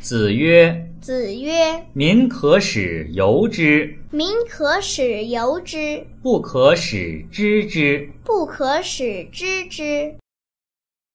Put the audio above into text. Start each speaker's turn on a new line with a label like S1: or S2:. S1: 子曰
S2: 子曰：“
S1: 民可使由之，：“
S2: 民可使由之，
S1: 不可使知之。
S2: 不可使知之。”